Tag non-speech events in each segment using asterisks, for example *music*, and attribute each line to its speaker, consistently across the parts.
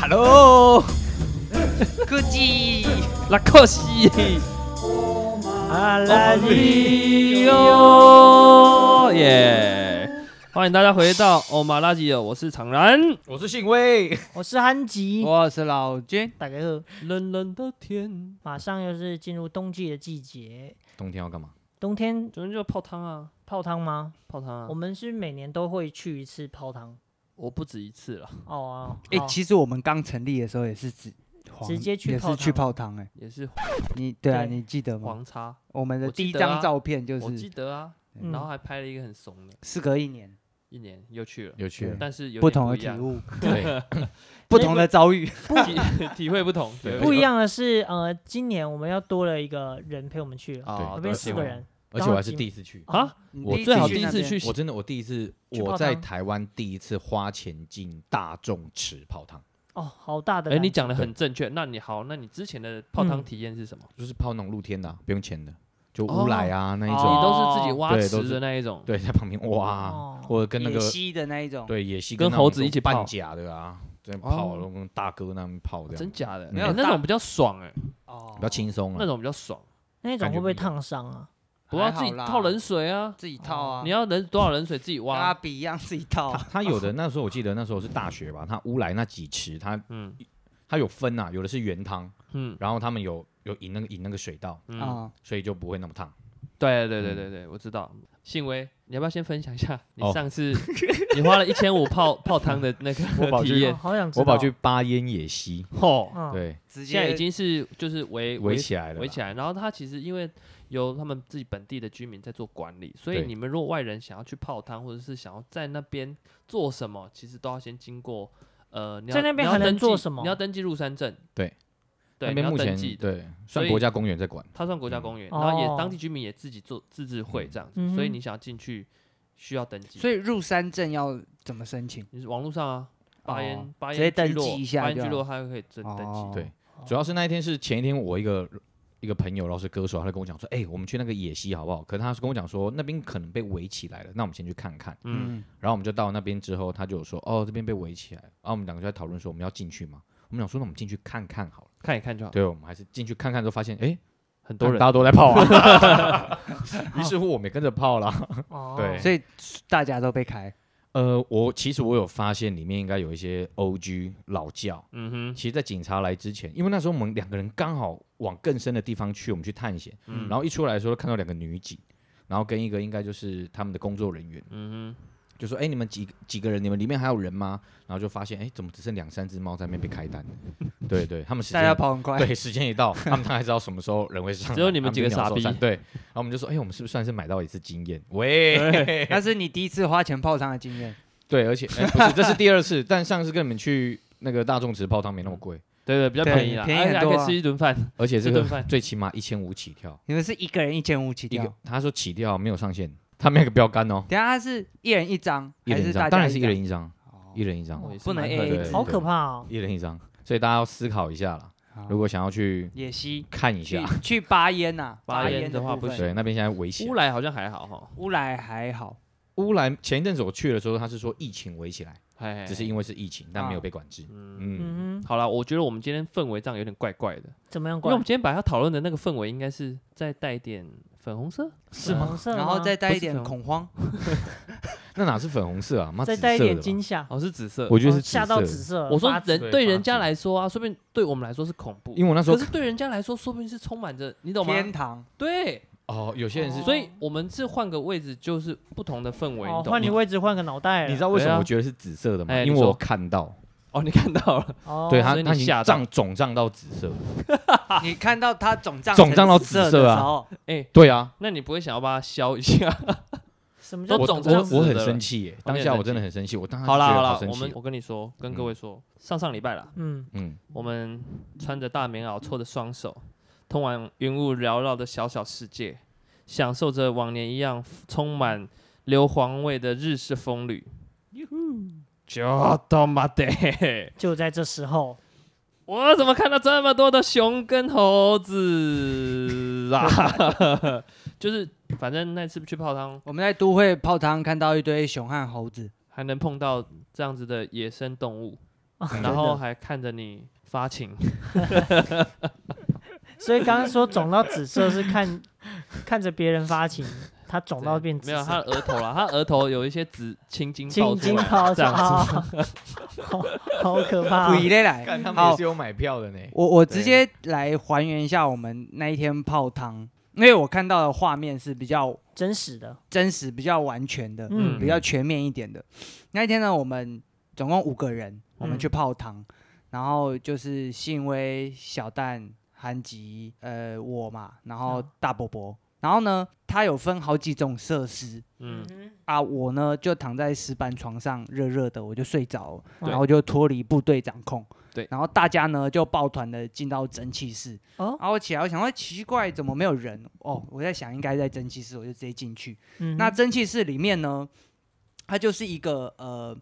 Speaker 1: Hello，
Speaker 2: 估计
Speaker 1: 拉克西，哎阿拉里哟，耶！欢迎大家回到欧马拉吉友，我是常然。
Speaker 3: 我是信威，
Speaker 4: 我是憨吉，
Speaker 3: 哦
Speaker 2: 我是老君，
Speaker 4: 大概后
Speaker 1: 冷冷的天，
Speaker 4: 马上又是进入冬季的季节，
Speaker 3: 冬天要干嘛？
Speaker 4: 冬天
Speaker 1: 昨天就泡汤啊，
Speaker 4: 泡汤吗？
Speaker 1: 泡汤啊
Speaker 4: 我，们是每年都会去一次泡汤
Speaker 1: 我不止一次了，
Speaker 4: 哦哦，
Speaker 2: 哎、
Speaker 4: 好
Speaker 2: 其实我们刚成立的时候也是直黄
Speaker 4: 直接去
Speaker 2: 也
Speaker 4: 泡
Speaker 2: 是去
Speaker 4: 汤
Speaker 2: 泡汤哎、
Speaker 1: 也是
Speaker 2: 你对啊，
Speaker 4: 对
Speaker 2: 你记得吗？
Speaker 1: 黄茶，
Speaker 2: 我们的
Speaker 1: 我记
Speaker 2: 第一
Speaker 1: 得啊
Speaker 2: 张照片就
Speaker 1: 我记
Speaker 2: 是
Speaker 1: 得啊，
Speaker 4: 嗯
Speaker 1: 然后还拍了一个很怂的，
Speaker 2: 事隔一年，
Speaker 1: 一年又去了，
Speaker 3: 有趣了， *laughs*
Speaker 1: 但是有点
Speaker 2: 不同的
Speaker 1: 一
Speaker 2: 体
Speaker 1: 样，
Speaker 2: 悟，
Speaker 3: 对，
Speaker 2: 不同的遭遇，
Speaker 1: *laughs* 体体会不同，
Speaker 3: 对
Speaker 1: 体会
Speaker 4: 不一样的是，呃，今年我们要多了一个人陪我们去了，
Speaker 1: 啊，
Speaker 4: 那
Speaker 3: 哦对
Speaker 1: 都
Speaker 4: 边
Speaker 3: 而
Speaker 4: 四
Speaker 3: 且
Speaker 4: 个
Speaker 3: 我
Speaker 4: 人哦
Speaker 3: 而且我还是第一次去，
Speaker 1: 啊，
Speaker 3: 我
Speaker 1: 最好
Speaker 3: 去
Speaker 1: 第一次去，
Speaker 3: 我真的我第一次
Speaker 4: 去泡
Speaker 3: 我在
Speaker 4: 汤
Speaker 3: 台湾第一次花钱进大众池泡汤，
Speaker 4: 哦，好大的
Speaker 1: 哎、
Speaker 4: 感觉，
Speaker 1: 你讲的
Speaker 3: 对
Speaker 1: 很正确。那你好，那你之前的泡汤
Speaker 4: 嗯
Speaker 1: 体验是什么？
Speaker 3: 就是泡那种露天的啊，不用钱的，就
Speaker 1: 哦
Speaker 3: 乌来啊那一
Speaker 1: 你
Speaker 3: 种，
Speaker 1: 都是自己挖
Speaker 3: 对都
Speaker 1: 池
Speaker 3: 是
Speaker 1: 的那一种，
Speaker 3: 对，在旁边哇
Speaker 4: 哦，
Speaker 3: 或者跟那
Speaker 2: 野
Speaker 3: 个
Speaker 2: 溪的那一种，
Speaker 3: 对野溪
Speaker 1: 跟
Speaker 3: 那种
Speaker 1: 猴子一起泡
Speaker 3: 半假的啊，在泡，
Speaker 1: 哦
Speaker 3: 然后跟大哥那边泡这样，
Speaker 1: 真假的？
Speaker 3: 没
Speaker 1: 哎
Speaker 2: 有
Speaker 1: 那
Speaker 2: 大
Speaker 1: 种比较爽哎、
Speaker 2: 哦
Speaker 3: 比较轻松
Speaker 1: 那
Speaker 3: 啊。
Speaker 1: 种比较爽，
Speaker 4: 那种
Speaker 3: 感
Speaker 4: 会
Speaker 3: 觉
Speaker 4: 不会
Speaker 3: 不一样
Speaker 4: 烫伤啊？
Speaker 1: 不要
Speaker 2: 还
Speaker 1: 自己
Speaker 2: 好啦
Speaker 1: 泡冷水啊。
Speaker 2: 自己套啊，
Speaker 1: 你要冷多少冷水自己
Speaker 2: 跟阿
Speaker 3: 啊
Speaker 1: 挖？
Speaker 2: 比一样自己套
Speaker 3: 他，
Speaker 1: 哦
Speaker 3: 他有的那时候我记得那时候是大学吧，他乌来那几池他
Speaker 1: 嗯
Speaker 3: 它有分啊，有的是原汤，
Speaker 1: 嗯，
Speaker 3: 然后他们有有引那个引那个水道，
Speaker 1: 嗯，
Speaker 2: 啊，
Speaker 3: 所以就不会那么烫。
Speaker 1: 对对对
Speaker 3: 嗯
Speaker 1: 对对，我知道。信威，你要不要先分享一下你
Speaker 3: 哦
Speaker 1: 上次 *laughs* 你花了一千五泡泡汤的那
Speaker 3: *laughs* 我
Speaker 1: 个
Speaker 3: 跑
Speaker 1: 体
Speaker 3: 去啊
Speaker 4: 哦
Speaker 1: 验？
Speaker 4: 好想知道，
Speaker 3: 我跑去巴烟野溪，
Speaker 1: 吼，
Speaker 4: 嗯，
Speaker 3: 对，
Speaker 2: 直接
Speaker 1: 现在已经是就是啊围
Speaker 3: 围起来了啦，
Speaker 1: 围起来。然后它其实因为由他们自己本地的居民在做管理，所以
Speaker 3: 对
Speaker 1: 你们如果外人想要去泡汤，或者是想要在那边做什么，其实都要先经过呃，你要
Speaker 4: 在那
Speaker 1: 你
Speaker 4: 边
Speaker 1: 要
Speaker 4: 还能
Speaker 1: 登记
Speaker 4: 做什么
Speaker 1: 你要登记入山证，
Speaker 3: 对，
Speaker 1: 对，
Speaker 3: 那
Speaker 1: 你
Speaker 3: 边
Speaker 1: 要
Speaker 3: 目
Speaker 1: 登
Speaker 3: 前
Speaker 1: 记的。
Speaker 3: 对，
Speaker 1: 所
Speaker 3: 算
Speaker 1: 以
Speaker 3: 国家公园在管，
Speaker 1: 它算国家公园，
Speaker 4: 嗯
Speaker 1: 然后也
Speaker 4: 哦
Speaker 1: 当地居民也自己做自治会这样子，
Speaker 4: 嗯
Speaker 1: 所以你想要进去需要登记，
Speaker 2: 所以入山证要怎么申请？
Speaker 1: 你是网络上啊，巴
Speaker 2: 哦
Speaker 1: 烟巴
Speaker 2: 直接
Speaker 1: 烟
Speaker 2: 登
Speaker 1: 聚落
Speaker 2: 记一下
Speaker 1: 巴烟
Speaker 2: 就
Speaker 1: 聚
Speaker 2: 好
Speaker 1: 落它可以登登记
Speaker 2: 哦，
Speaker 3: 对主要是那一天是前一天我一个。一个朋友，然后是歌手，他就跟我讲说：“哎、我们去那个野溪好不好？”可是他是跟我讲说，那边可能被围起来了，那我们先去看看。
Speaker 1: 嗯，
Speaker 3: 然后我们就到那边之后，他就有说：“哦，这边被围起来。”然后我们两个就在讨论说，我们要进去吗？我们想说，那我们进去看看好了。
Speaker 1: 看一看就好，
Speaker 3: 对，我们还是进去看看之后发现，哎、
Speaker 1: 很多人
Speaker 3: 大家都在泡啊。
Speaker 1: *laughs*
Speaker 3: 于是乎，我们也跟着泡了。
Speaker 4: 哦，
Speaker 3: 对
Speaker 2: 所以大家都被开，
Speaker 3: 呃，我其实我有发现里面应该有一些 O G 老教。
Speaker 1: 嗯
Speaker 3: 其实，在警察来之前，因为那时候我们两个人刚好往更深的地方去，我们去探险。
Speaker 1: 哼，嗯
Speaker 3: 然后一出来的时候，看到两个女警，然后跟一个应该就是他们的工作人员，
Speaker 1: 嗯
Speaker 3: 就说：“哎、你们几几个人？你们里面还有人吗？”然后就发现，哎、怎么只剩两三只猫在那边被开单？
Speaker 1: *laughs*
Speaker 3: 对对，他们时
Speaker 2: 大家
Speaker 3: 间
Speaker 2: 跑很快，
Speaker 3: 对，时间一到， *laughs* 他们大概知道什么时候人会上来。
Speaker 1: 只有你们
Speaker 3: 他
Speaker 1: 几个
Speaker 3: 就鸟
Speaker 1: 傻
Speaker 3: 兽
Speaker 1: 逼
Speaker 3: 散对，然后我们就说，哎、我们是不是算是买到一次经
Speaker 1: *laughs*
Speaker 3: 验？喂，
Speaker 2: *laughs*
Speaker 3: *laughs*
Speaker 2: 那是你第一次花钱泡汤的经验，
Speaker 3: 对，而且、哎不是，这是第二次，但上次跟你们去那个大众池泡汤没那么贵，
Speaker 1: 哼，对对，比较
Speaker 2: 对
Speaker 1: 便宜啦，
Speaker 2: 便宜
Speaker 1: 而且
Speaker 2: 很
Speaker 1: 还可
Speaker 2: 多
Speaker 1: 以
Speaker 2: 啊
Speaker 1: 吃一顿饭，
Speaker 3: 而且这
Speaker 1: 这顿
Speaker 3: 个
Speaker 1: 饭
Speaker 3: 最起码一千五起跳，
Speaker 2: 你们是一个人一千五起
Speaker 3: 一
Speaker 2: 跳，
Speaker 3: 个他说起跳没有上限，他没有个标杆哦，
Speaker 2: 等一下他是一人一张，
Speaker 3: 一
Speaker 2: 还
Speaker 3: 人一
Speaker 2: 是大家
Speaker 3: 张，当然
Speaker 2: 一
Speaker 3: 是一
Speaker 2: 张
Speaker 3: 人一张，
Speaker 2: 哦
Speaker 3: 一人一张，
Speaker 1: 哦也是
Speaker 2: 不能
Speaker 1: 蛮合
Speaker 2: AA
Speaker 3: 对
Speaker 2: 制
Speaker 4: 好可怕哦，
Speaker 3: 一人一张，所以大家要思考一下啦，
Speaker 2: 好
Speaker 3: 如果想要去
Speaker 2: 野溪
Speaker 3: 看一
Speaker 2: 哦去
Speaker 3: 下，
Speaker 2: 去巴烟呐，
Speaker 1: 巴
Speaker 2: 烟
Speaker 1: 烟的话
Speaker 2: 部
Speaker 1: 不
Speaker 2: 分
Speaker 1: 行
Speaker 3: *laughs* 对，那边现在危险
Speaker 1: 乌。来好像还好哈，
Speaker 2: 乌来还好，
Speaker 3: 乌来前一阵子我去的时候，他是说疫情围起来，
Speaker 1: 哎，
Speaker 3: 只是因为是疫情，但没有
Speaker 2: 啊
Speaker 3: 被管制。
Speaker 1: 嗯，
Speaker 3: 嗯，
Speaker 4: 嗯哼，
Speaker 1: 好了，我觉得我们今天氛围这样有点怪怪的，
Speaker 4: 怎么样
Speaker 1: 因为
Speaker 4: 怪？
Speaker 1: 我们今天把它讨论的那个氛围应该是再带一点粉红色，
Speaker 4: 是吗？
Speaker 2: 然后再带一点
Speaker 1: 不是
Speaker 2: 恐慌，
Speaker 3: 那哪是粉红色啊？妈，
Speaker 4: 再
Speaker 3: 紫
Speaker 4: 带一
Speaker 3: 色
Speaker 4: 点
Speaker 3: 的吧
Speaker 4: 惊吓，
Speaker 1: 哦是紫色。
Speaker 3: 我觉得
Speaker 4: 哦
Speaker 3: 是
Speaker 4: 吓到紫
Speaker 3: 紫色的。
Speaker 4: 色了，
Speaker 1: 我说
Speaker 4: 发紫
Speaker 1: 人
Speaker 3: 对
Speaker 1: 对
Speaker 3: 发
Speaker 1: 人家
Speaker 3: 紫
Speaker 1: 来说啊，说不定对我们来说是恐怖，
Speaker 3: 因为我那时候
Speaker 1: 可是对人家来说，说不定是充满着你懂吗？
Speaker 2: 天
Speaker 3: *laughs*
Speaker 2: 堂
Speaker 1: 对，
Speaker 3: 哦，有些人是
Speaker 4: 哦，
Speaker 1: 所以我们是换个位置，就是不同的氛围，你
Speaker 4: 哦，换
Speaker 1: 懂
Speaker 4: 你
Speaker 1: 吗？
Speaker 4: 位置，换个脑袋了，
Speaker 3: 你知道为什
Speaker 1: 对啊
Speaker 3: 么我觉得是紫色的吗？
Speaker 1: 哎
Speaker 3: 因
Speaker 1: 你
Speaker 3: 为
Speaker 1: 说
Speaker 3: 我看到，
Speaker 1: 哦，你看到了， *laughs*
Speaker 4: 哦，
Speaker 3: 对
Speaker 1: 所
Speaker 3: 他
Speaker 1: 以
Speaker 3: 他
Speaker 1: 你
Speaker 3: 已经
Speaker 1: 吓到
Speaker 3: 胀肿胀到紫色。
Speaker 2: 你看到它肿胀
Speaker 3: *laughs* 肿胀到
Speaker 2: 成
Speaker 3: 紫
Speaker 2: 色
Speaker 3: 色
Speaker 2: 的
Speaker 3: 啊
Speaker 2: 时候，
Speaker 1: 哎，
Speaker 3: 对啊，
Speaker 1: 那你不会想要把它消一下？
Speaker 4: 什么
Speaker 1: 都
Speaker 4: 叫
Speaker 3: 我
Speaker 1: 肿
Speaker 3: 我
Speaker 1: 胀紫
Speaker 3: 我
Speaker 1: 的
Speaker 3: 很
Speaker 1: 了
Speaker 3: 生气耶，当
Speaker 1: 也
Speaker 3: 下
Speaker 1: 很
Speaker 3: 我真
Speaker 1: 生
Speaker 3: 的很生气，我当时
Speaker 1: 好
Speaker 3: 觉
Speaker 1: 啦
Speaker 3: 得
Speaker 1: 好
Speaker 3: 好
Speaker 1: 啦，
Speaker 3: 生
Speaker 1: 我们
Speaker 3: 气哦。
Speaker 1: 我跟你说，跟各位说，上上礼拜啦，
Speaker 4: 嗯，
Speaker 3: 嗯，
Speaker 1: 我们穿着大棉袄，搓着双手，通往云雾缭绕的小小世界，享受着往年一样充满硫磺味的日式风旅。就他妈的，
Speaker 4: 就在这时候，
Speaker 1: *laughs* 我怎么看到这么多的熊跟猴子啊？ *laughs* 就是反正那次去泡汤，
Speaker 2: 我们在都会泡汤看到一堆熊和猴子，
Speaker 1: 还能碰到这样子的野生动物，然后还看着你发情。
Speaker 4: 所以刚刚说肿到紫色是看看着别人发情，它肿到
Speaker 1: 对
Speaker 4: 变紫
Speaker 1: 没有他
Speaker 4: 色，
Speaker 1: 的额头啦，他额头有一些紫青筋爆
Speaker 4: 青
Speaker 1: 出
Speaker 4: 筋
Speaker 1: 来，
Speaker 4: 泡
Speaker 1: 这
Speaker 4: 出来，
Speaker 1: 样子。
Speaker 4: 好 *laughs* 好可怕、
Speaker 2: 鬼
Speaker 4: 哦。
Speaker 2: 嘞
Speaker 3: 啊 *laughs* 干
Speaker 2: 来
Speaker 3: 他，们也
Speaker 2: 好
Speaker 3: 是，有买票的呢。
Speaker 2: 我我直接来还原一下我们那一天泡汤，因为我看到的画面是比较
Speaker 4: 真实的，
Speaker 2: 真实、比较完全的，
Speaker 4: 嗯
Speaker 2: 比较全面一点的。那一天呢，我们总共五个
Speaker 4: 嗯
Speaker 2: 人，我们去泡汤，然后就是信威、小蛋、韩吉、呃我嘛，然后
Speaker 4: 嗯
Speaker 2: 大伯伯，然后呢，他有分好几种设施
Speaker 1: 嗯，
Speaker 2: 啊，我呢就躺在石板床上热热的，我就睡着了，
Speaker 4: 对
Speaker 2: 然后就脱离部队掌控。
Speaker 1: 对
Speaker 2: 然后大家呢就抱团的进到蒸汽室，
Speaker 4: 哦
Speaker 2: 然后我起来，我想说哎奇怪，怎么没有人？哦，我在想应该在蒸汽室，我就直接进去。
Speaker 4: 嗯哼，
Speaker 2: 那蒸汽室里面呢，它就是一个呃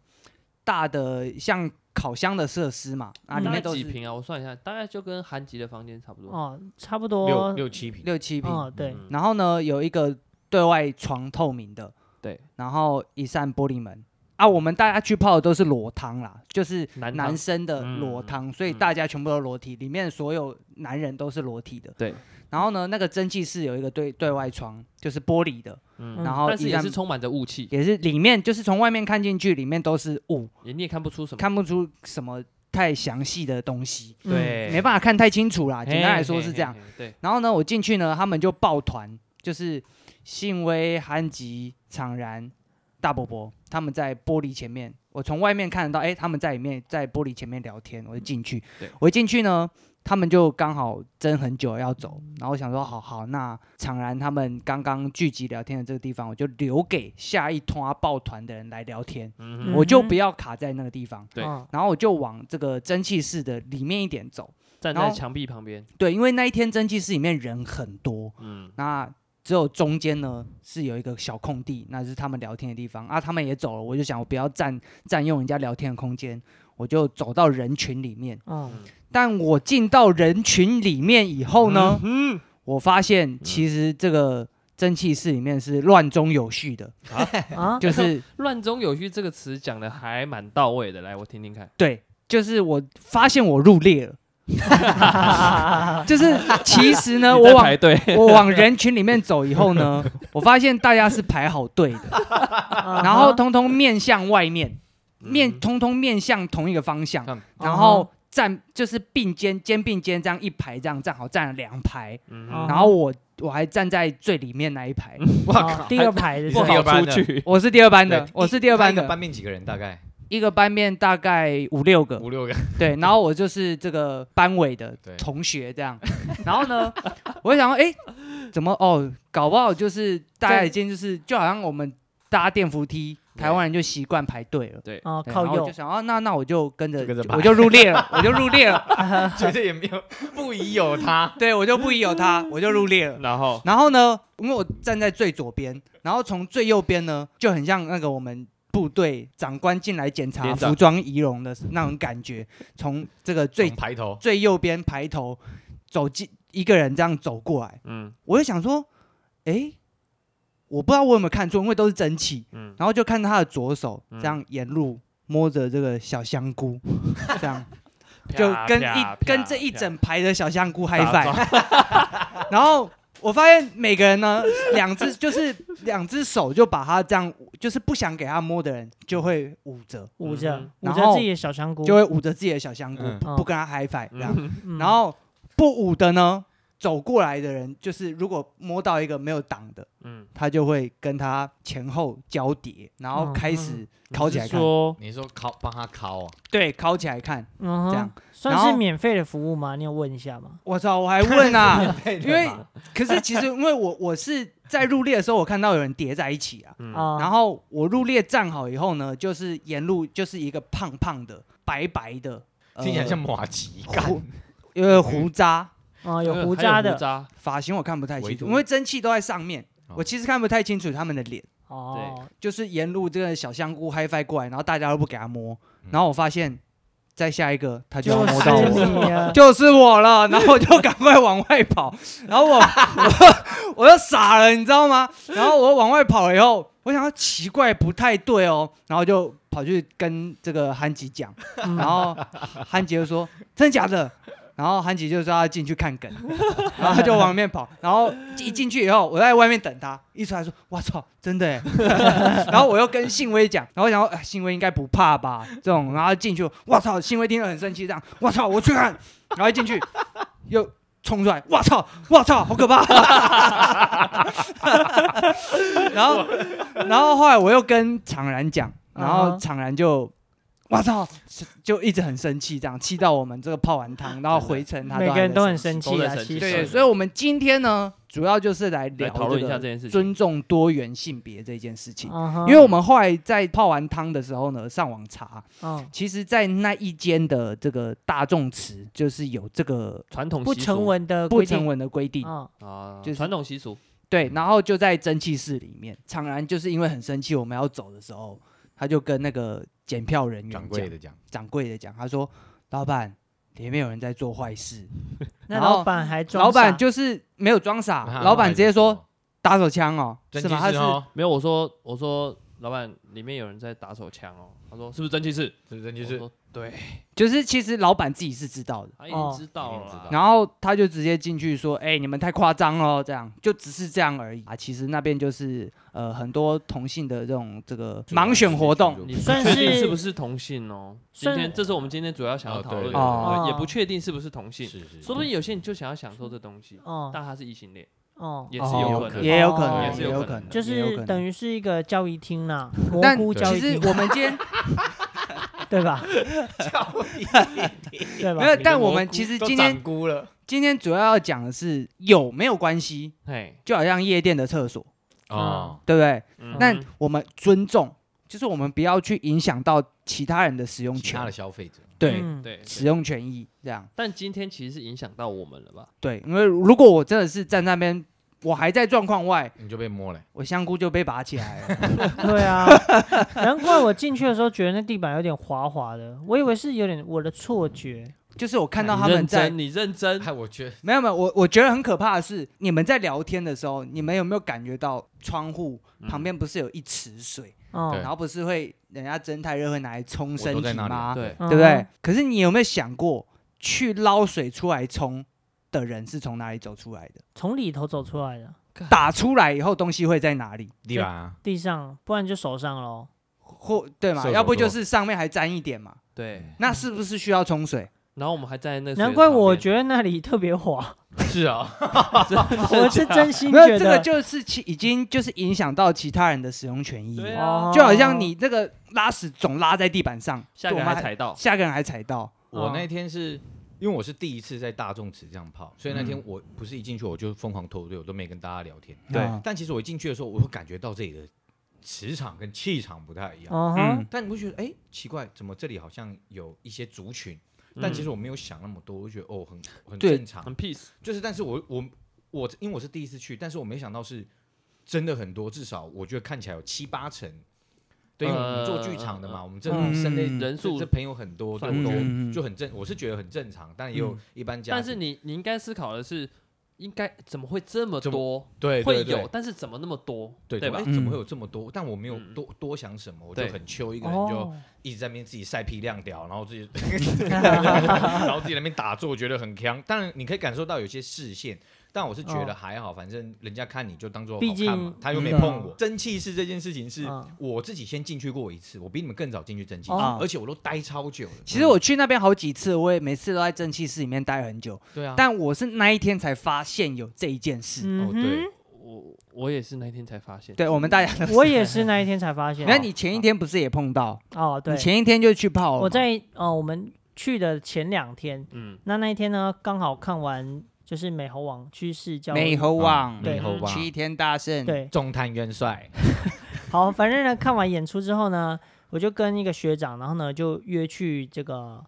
Speaker 2: 大的像烤箱的设施嘛，啊，
Speaker 4: 嗯
Speaker 2: 里
Speaker 1: 大概
Speaker 2: 面都
Speaker 1: 几
Speaker 2: 是
Speaker 1: 平啊？我算一下，大概就跟韩吉的房间差不多。
Speaker 4: 哦，差不
Speaker 3: 六
Speaker 4: 多，
Speaker 3: 六七瓶，
Speaker 2: 六七平，
Speaker 4: 哦，对，
Speaker 1: 嗯
Speaker 2: 然后呢有一个对外窗透明的，
Speaker 1: 对，
Speaker 2: 然后一扇玻璃门啊，我们大家去泡的都是裸汤啦，就是
Speaker 1: 男
Speaker 2: 男
Speaker 1: 汤
Speaker 2: 生的裸
Speaker 1: 嗯
Speaker 2: 汤，所以
Speaker 1: 嗯
Speaker 2: 大家全部都裸体，里面所有男人都是裸体的。
Speaker 1: 对，
Speaker 2: 然后呢，那个蒸汽室有一个对对外窗，就是玻璃的，
Speaker 1: 嗯，
Speaker 2: 然后
Speaker 1: 但是
Speaker 2: 一
Speaker 1: 也
Speaker 2: 扇
Speaker 1: 是充满着雾气，
Speaker 2: 也是里面就是从外面看进去，里面都是雾，
Speaker 1: 也你也看不出什么。
Speaker 2: 看不出什么太详细的东西，
Speaker 4: 嗯，
Speaker 1: 对，
Speaker 2: 没办法看太清楚啦。
Speaker 1: 法
Speaker 2: 简单来说是这样。。
Speaker 1: 嘿嘿嘿对，
Speaker 2: 然后呢，我进去呢，他们就抱团，就是信威、憨吉、常然、大伯伯，他们在玻璃前面，我从外面看得到，哎，他们在里面在玻璃前面聊天，我就进去
Speaker 1: 对。
Speaker 2: 我一进去呢，他们就刚好争很久要走，
Speaker 1: 嗯
Speaker 2: 然后我想说，好好，那常然他们刚刚聚集聊天的这个地方，我就留给下一团抱团的人来聊天，
Speaker 1: 嗯哼，
Speaker 2: 我就
Speaker 4: 嗯哼
Speaker 2: 不要卡在那个地方。
Speaker 1: 对
Speaker 4: 哦
Speaker 2: 然后我就往这个蒸汽室的里面一点走。
Speaker 1: 站
Speaker 2: 然
Speaker 1: 在
Speaker 2: 后
Speaker 1: 墙壁旁边，
Speaker 2: 对，因为那一天蒸汽室里面人很多，
Speaker 1: 嗯，
Speaker 2: 那只有中间呢是有一个小空地，那是他们聊天的地方啊。他们也走了，我就想我不要占占用人家聊天的空间，我就走到人群里面。
Speaker 4: 哦，
Speaker 2: 但我进到人群里面以后呢，我发现其实这个蒸汽室里面是乱中有序的，
Speaker 4: 啊，
Speaker 2: 就是
Speaker 1: 乱中有序这个词讲的还蛮到位的，来我听听看。
Speaker 2: 对，就是我发现我入列了。就是其实呢，
Speaker 1: 你在
Speaker 2: 我往
Speaker 1: 排队，
Speaker 2: 我往人群里面走以后呢，我发现大家是排好队的，然
Speaker 4: 然
Speaker 2: 后通通面向外面，面
Speaker 1: 嗯
Speaker 2: 通通面向同一个方向， *laughs*
Speaker 3: 看
Speaker 2: 然后站就是并肩肩并肩这样一排这样站好站了两排，
Speaker 1: 嗯
Speaker 4: 啊
Speaker 1: 哼嗯
Speaker 2: 然后我我还站在最里面那一排，
Speaker 4: 哦第二排的
Speaker 3: 你
Speaker 4: 是
Speaker 3: 是第
Speaker 4: 吧
Speaker 3: 二班
Speaker 1: 出
Speaker 3: 的，
Speaker 1: 去，
Speaker 2: 我是第二班
Speaker 3: 对
Speaker 2: 的，我是第二班
Speaker 3: 他一个
Speaker 2: 的
Speaker 3: 班，面几个人？大概
Speaker 2: 一个班面大概五六个，
Speaker 3: 五六个。 *laughs*
Speaker 2: 对，然后我就是这个班委的
Speaker 3: 对
Speaker 2: 同学这样，然后呢，我就想说，哎，怎么哦，搞不好就是大家已经就是就好像我们搭电扶梯，
Speaker 1: 对
Speaker 2: 台湾人就习惯排队了。
Speaker 1: 对，
Speaker 4: 哦，
Speaker 2: 对
Speaker 4: 靠
Speaker 2: 然后我
Speaker 4: 右
Speaker 2: 就，想啊，那那我就跟着
Speaker 3: 就跟着，排
Speaker 2: 我就入列了，我就入列了，
Speaker 3: 觉得也没有不疑有他。
Speaker 2: 对我就不疑有他，我就入列了。
Speaker 1: 然后
Speaker 2: 然后呢，因为我站在最左边，然后从最右边呢，就很像那个我们部队长官进来检查
Speaker 1: 连长
Speaker 2: 服装仪容的那种感觉，从这个 *laughs* 最
Speaker 3: 从排头，
Speaker 2: 最右边排头走进一个人这样走过来，
Speaker 1: 嗯
Speaker 2: 我就想说，诶，我不知道我有没有看错，因为都是蒸汽，
Speaker 1: 嗯，
Speaker 2: 然后就看到他的左手
Speaker 1: 嗯
Speaker 2: 这样沿路摸着这个小香
Speaker 1: *laughs*
Speaker 2: 菇，这样就
Speaker 1: 啪
Speaker 2: 跟
Speaker 1: 啪
Speaker 2: 一跟
Speaker 1: 啪
Speaker 2: 这一
Speaker 1: 啪
Speaker 2: 整排的小香菇嗨
Speaker 1: 打
Speaker 2: 翻， *laughs* 然后。我发现每个人呢，两只就是两只手就把他这样，就是不想给他摸的人就会捂着，
Speaker 4: 捂着
Speaker 1: 嗯
Speaker 4: 捂
Speaker 2: 然
Speaker 4: 着
Speaker 2: 后
Speaker 4: 自己的小香菇，
Speaker 2: 就会捂着自己的小香菇，
Speaker 3: 嗯
Speaker 2: 不不跟他嗨翻这样。
Speaker 4: 嗯
Speaker 2: 然后不舞的呢，走过来的人就是如果摸到一个没有挡的，
Speaker 1: 嗯，
Speaker 2: 他就会跟他前后交叠，然后开始烤起来
Speaker 1: 你是
Speaker 2: 看。
Speaker 1: 说
Speaker 3: 你说烤帮他烤啊？
Speaker 2: 对，烤起来看。
Speaker 4: 嗯哼
Speaker 2: 这样
Speaker 4: 算
Speaker 2: 然
Speaker 4: 是
Speaker 2: 后
Speaker 4: 免费的服务吗？你有问一下吗？
Speaker 2: 我操，我还问
Speaker 3: *laughs*
Speaker 2: 啊，因
Speaker 3: 因
Speaker 2: 为可是其实因为我我是在入列的时候，我看到有人叠在一起啊。
Speaker 1: 嗯
Speaker 4: 啊，
Speaker 2: 然后我入列站好以后呢，就是沿路就是一个胖胖的、白白的，呃哦
Speaker 3: 听起来像马吉干。
Speaker 2: 胡，呃胡渣，
Speaker 4: 啊有
Speaker 1: 呃
Speaker 4: 胡
Speaker 1: 还
Speaker 4: 渣的
Speaker 1: 胡渣，
Speaker 2: 发型我看不太
Speaker 3: 维
Speaker 2: 清楚，
Speaker 3: 度
Speaker 2: 因为蒸汽都在上面，
Speaker 3: 哦
Speaker 2: 我其实看不太清楚他们的脸。
Speaker 4: 哦，
Speaker 2: 就是沿路这个小香菇嗨翻过来，然后大家都不给他摸
Speaker 3: 嗯，
Speaker 2: 然后我发现再下一个他就
Speaker 4: 就
Speaker 2: 要摸到
Speaker 4: 是
Speaker 2: 我，
Speaker 4: 你
Speaker 2: *laughs*
Speaker 4: 啊！
Speaker 2: 就是我了，然后我就赶快往外跑，然后我 *laughs* 我我就傻了，你知道吗？然后我往外跑了以后，我想要奇怪不太对哦，然后就跑去跟这个韩吉讲，
Speaker 4: 嗯
Speaker 2: 然后韩吉就说真的假的，然后韩吉就说他进去看梗，然后他就往里面跑，然后一进去以后，我在外面等他，一出来说我操，真的耶， *laughs* 然后我又跟信威讲，然后我想说哎信威应该不怕吧这种，然后进去我操，信威听了很生气，这样我操我去看，然后一进去又。冲出来，我操，我操，好可怕！ *laughs* 然后，然后后来我又跟常然讲，然
Speaker 4: 啊
Speaker 2: 后
Speaker 4: 哈
Speaker 2: 常然就，我操，就一直很生气，这样气到我们这个泡完汤，然后回程他
Speaker 4: *laughs* 每个人都很
Speaker 2: 气。
Speaker 4: 生
Speaker 1: 都
Speaker 4: 气
Speaker 1: 在
Speaker 4: 啊，
Speaker 1: 生气
Speaker 4: 其
Speaker 1: 对
Speaker 2: 对，
Speaker 4: 实
Speaker 2: 所以我们今天呢，主要就是来
Speaker 1: 来
Speaker 2: 聊
Speaker 1: 讨论一下
Speaker 2: 这
Speaker 1: 这件事
Speaker 2: 个
Speaker 1: 情。
Speaker 2: 尊重多元性别这件事情。
Speaker 4: 啊哈
Speaker 2: 因为我们后来在泡完汤的时候呢，上网查，
Speaker 4: 嗯
Speaker 2: 其实，在那一间的这个大众池，就是有这个
Speaker 1: 传统
Speaker 4: 不
Speaker 1: 习
Speaker 4: 成
Speaker 1: 俗
Speaker 4: 文的
Speaker 2: 不
Speaker 4: 规
Speaker 2: 成
Speaker 4: 定
Speaker 2: 文的规定。
Speaker 4: 啊，
Speaker 1: 啊，
Speaker 2: 就是
Speaker 1: 传统习俗，
Speaker 2: 对，然后就在蒸汽室里面，常然就是因为很生气，我们要走的时候，他就跟那个检票人员
Speaker 3: 掌
Speaker 2: 讲，
Speaker 3: 柜的讲，
Speaker 2: 掌柜的讲，他说：“老板，里面有人在做坏事。
Speaker 4: 那
Speaker 2: 然后
Speaker 4: 老板还装
Speaker 2: 老板
Speaker 4: 傻
Speaker 2: 就是没有装傻，
Speaker 3: 啊
Speaker 2: 老板直接说：“打手枪哦，
Speaker 3: 真
Speaker 2: 是吗？”他
Speaker 3: 技师
Speaker 2: 是
Speaker 3: 哦，
Speaker 1: 没有我说我说老板里面有人在打手枪哦，他说是不是蒸汽室？
Speaker 3: 是真技
Speaker 1: 我
Speaker 3: 师，
Speaker 1: 说对，
Speaker 2: 就是其实老板自己是知道的，
Speaker 1: 他已经
Speaker 4: 哦
Speaker 1: 知道
Speaker 3: 一定
Speaker 1: 了
Speaker 3: 知
Speaker 1: 啦
Speaker 3: 道。
Speaker 2: 然后他就直接进去说：“哎、你们太夸张了，哦这样就只是这样而已啊。”其实那边就是呃很多同性的这种这个盲选活动，
Speaker 1: 你不
Speaker 4: 算
Speaker 1: 确定
Speaker 4: 是
Speaker 1: 是不是同性哦？今
Speaker 4: 算
Speaker 1: 天这是我们今天主要想要
Speaker 3: 哦对
Speaker 1: 讨论的，
Speaker 3: 对
Speaker 2: 对
Speaker 1: 对也
Speaker 4: 哦
Speaker 1: 不确定是不是同
Speaker 3: 是
Speaker 1: 性，
Speaker 3: 是，
Speaker 1: 说不定有些人就想要享受这东西，
Speaker 4: 哦
Speaker 1: 但他是异性恋，
Speaker 4: 哦，
Speaker 1: 也是
Speaker 2: 哦
Speaker 1: 有可能。
Speaker 2: 也有可
Speaker 4: 哦
Speaker 2: 能，
Speaker 4: 也是
Speaker 1: 有
Speaker 2: 有
Speaker 1: 可能
Speaker 4: 就
Speaker 2: 也有可
Speaker 4: 是
Speaker 2: 能
Speaker 4: 等于是一个教育厅啦，
Speaker 2: *laughs*
Speaker 4: 蘑
Speaker 2: 但
Speaker 4: 菇教
Speaker 2: 其
Speaker 4: 育
Speaker 2: 实
Speaker 4: 厅
Speaker 2: 我们今
Speaker 4: *laughs*
Speaker 2: 天 *laughs*
Speaker 4: 对吧？ *laughs* 对吧
Speaker 2: 没？有，但我们其实今天
Speaker 3: 估了
Speaker 2: 今天主要要讲的是有没有关系，
Speaker 1: 嘿，
Speaker 2: 就好像夜店的厕所，
Speaker 3: 哦，
Speaker 2: 对不对？
Speaker 1: 嗯
Speaker 2: 那我们尊重，就是我们不要去影响到其他人的使用
Speaker 3: 其他的
Speaker 2: 权，
Speaker 3: 消费者
Speaker 2: 对，
Speaker 4: 嗯，
Speaker 1: 对，
Speaker 2: 使用权益这样。
Speaker 1: 但今天其实是影响到我们了吧？
Speaker 2: 对，因为如果我真的是站那边，我还在状况外，
Speaker 3: 你就被摸了，
Speaker 2: 我香菇就被拔起来了。 *laughs*
Speaker 4: 对啊，难怪我进去的时候觉得那地板有点滑滑的，我以为是有点我的错觉。
Speaker 2: 就是我看到
Speaker 1: 你
Speaker 2: 他
Speaker 1: 认
Speaker 2: 们在
Speaker 1: 真，你认
Speaker 2: 嗯
Speaker 1: 真，
Speaker 3: 哎害我觉得
Speaker 2: 没有没有，我我觉得很可怕的是，你们在聊天的时候，你们有没有感觉到窗户
Speaker 1: 嗯
Speaker 2: 旁边不是有一池水，
Speaker 4: 哦，
Speaker 3: 嗯对
Speaker 2: 然后不是会人家蒸太热会拿来冲
Speaker 3: 我
Speaker 2: 身
Speaker 3: 都在
Speaker 2: 体
Speaker 3: 那
Speaker 2: 吗
Speaker 3: 里，？
Speaker 1: 对
Speaker 4: 嗯
Speaker 2: 对不对？？可是你有没有想过，去捞水出来冲的人是从哪里走出来的？
Speaker 4: 从里头走出来的，
Speaker 2: 打出来以后东西会在哪里？
Speaker 3: 地板啊，
Speaker 4: 地上，不然就手上喽。
Speaker 2: 或对
Speaker 3: 射
Speaker 2: 嘛？
Speaker 3: 手
Speaker 2: 要不就
Speaker 3: 座
Speaker 2: 是上面还沾一点嘛？
Speaker 1: 对。
Speaker 2: 那是不是需要冲水？
Speaker 1: 然后我们还在那水的旁边，
Speaker 4: 难怪我觉得那里特别
Speaker 2: *laughs*
Speaker 4: 滑， *laughs*
Speaker 3: 是啊，
Speaker 4: 我是真心
Speaker 2: 没有，
Speaker 4: 嗯觉
Speaker 2: 这个
Speaker 4: 得，
Speaker 2: 就是其已经就是影响到其他人的使用权益了，
Speaker 1: 对啊
Speaker 4: 哦
Speaker 2: 就好像你那个拉屎总拉在地板上，
Speaker 1: 下个
Speaker 2: 我
Speaker 1: 人
Speaker 2: 们
Speaker 1: 还踩到，
Speaker 2: 下个人还踩到，
Speaker 3: 我
Speaker 4: 哦
Speaker 3: 那天是。因为我是第一次在大众池这样泡，所以那天我不是一进去我就疯狂脱队，我都没跟大家聊天。
Speaker 1: 对
Speaker 2: 嗯
Speaker 3: 但其实我一进去的时候，我会感觉到这里的磁场跟气场不太一样。
Speaker 4: 哦哈，
Speaker 2: 嗯
Speaker 3: 但你会觉得，哎、奇怪，怎么这里好像有一些族群？
Speaker 1: 嗯
Speaker 3: 但其实我没有想那么多，我就觉得哦，很很
Speaker 2: 对
Speaker 3: 正常
Speaker 1: 很。peace，
Speaker 3: 就是，但是我我我因为我是第一次去，但是我没想到是真的很多，至少我觉得看起来有七八成。对，因为我们做剧场的嘛，
Speaker 1: 呃
Speaker 3: 我们这
Speaker 2: 嗯
Speaker 3: 身边
Speaker 2: 嗯
Speaker 1: 人数
Speaker 3: 这朋友很多，
Speaker 1: 算
Speaker 3: 对，我觉
Speaker 1: 多
Speaker 2: 嗯嗯嗯
Speaker 3: 得就很正，我是觉得很正常，但也有
Speaker 2: 嗯
Speaker 3: 一般家
Speaker 1: 但
Speaker 3: 庭，
Speaker 1: 是你你应该思考的是，应该怎么会这么
Speaker 3: 怎么
Speaker 1: 多？
Speaker 3: 对
Speaker 1: 会
Speaker 3: 对对
Speaker 1: 有，但是怎么那么多？
Speaker 3: 对
Speaker 1: 对
Speaker 3: 吧？
Speaker 1: 吧
Speaker 3: 哎？
Speaker 2: 嗯
Speaker 3: 怎么会有这么多？但我没有
Speaker 1: 嗯
Speaker 3: 多多想什么，我就
Speaker 1: 对
Speaker 3: 很秋一个人就
Speaker 4: 哦，嗯
Speaker 3: 一直在那边自己晒屁晾屌，然后自己，
Speaker 2: *laughs*
Speaker 4: *laughs*
Speaker 3: 然后自己在那边打坐，觉得很强。当然，你可以感受到有些视线，但我是觉得还好，反正人家看你就当做
Speaker 4: 哦毕
Speaker 3: 好
Speaker 4: 竟
Speaker 3: 看嘛，他又没
Speaker 4: 嗯
Speaker 3: 碰我。蒸汽室这件事情是
Speaker 4: 嗯
Speaker 3: 我自己先进去过一次，我比你们更早进去蒸汽室
Speaker 2: 哦，
Speaker 3: 而且我都待超久了。
Speaker 2: 其实我去那边好几次，我也每次都在蒸汽室里面待很久，
Speaker 3: 对啊，
Speaker 2: 但我是那一天才发现有这一件事。
Speaker 4: 嗯
Speaker 3: 哦对
Speaker 4: 哼，
Speaker 1: 我我也是那天才发现，
Speaker 2: 对我们大 *laughs* 家都，
Speaker 4: 我也是那一天才发现。
Speaker 2: 那你前一天不是也碰到？
Speaker 4: 哦，对
Speaker 2: 你，前一天就去泡了嘛，
Speaker 4: 我在哦，我们去的前两天，
Speaker 1: 嗯，
Speaker 4: 那那一天呢，刚好看完就是美猴王去市郊，
Speaker 2: 美
Speaker 3: 嗯
Speaker 2: 猴王
Speaker 3: 对，
Speaker 4: 对
Speaker 3: 美猴王
Speaker 2: 七天大圣，，
Speaker 4: 对，
Speaker 3: 中探元帅，
Speaker 4: 好，反正呢，看完演出之后呢，我就跟一个学长，然后呢就约去这个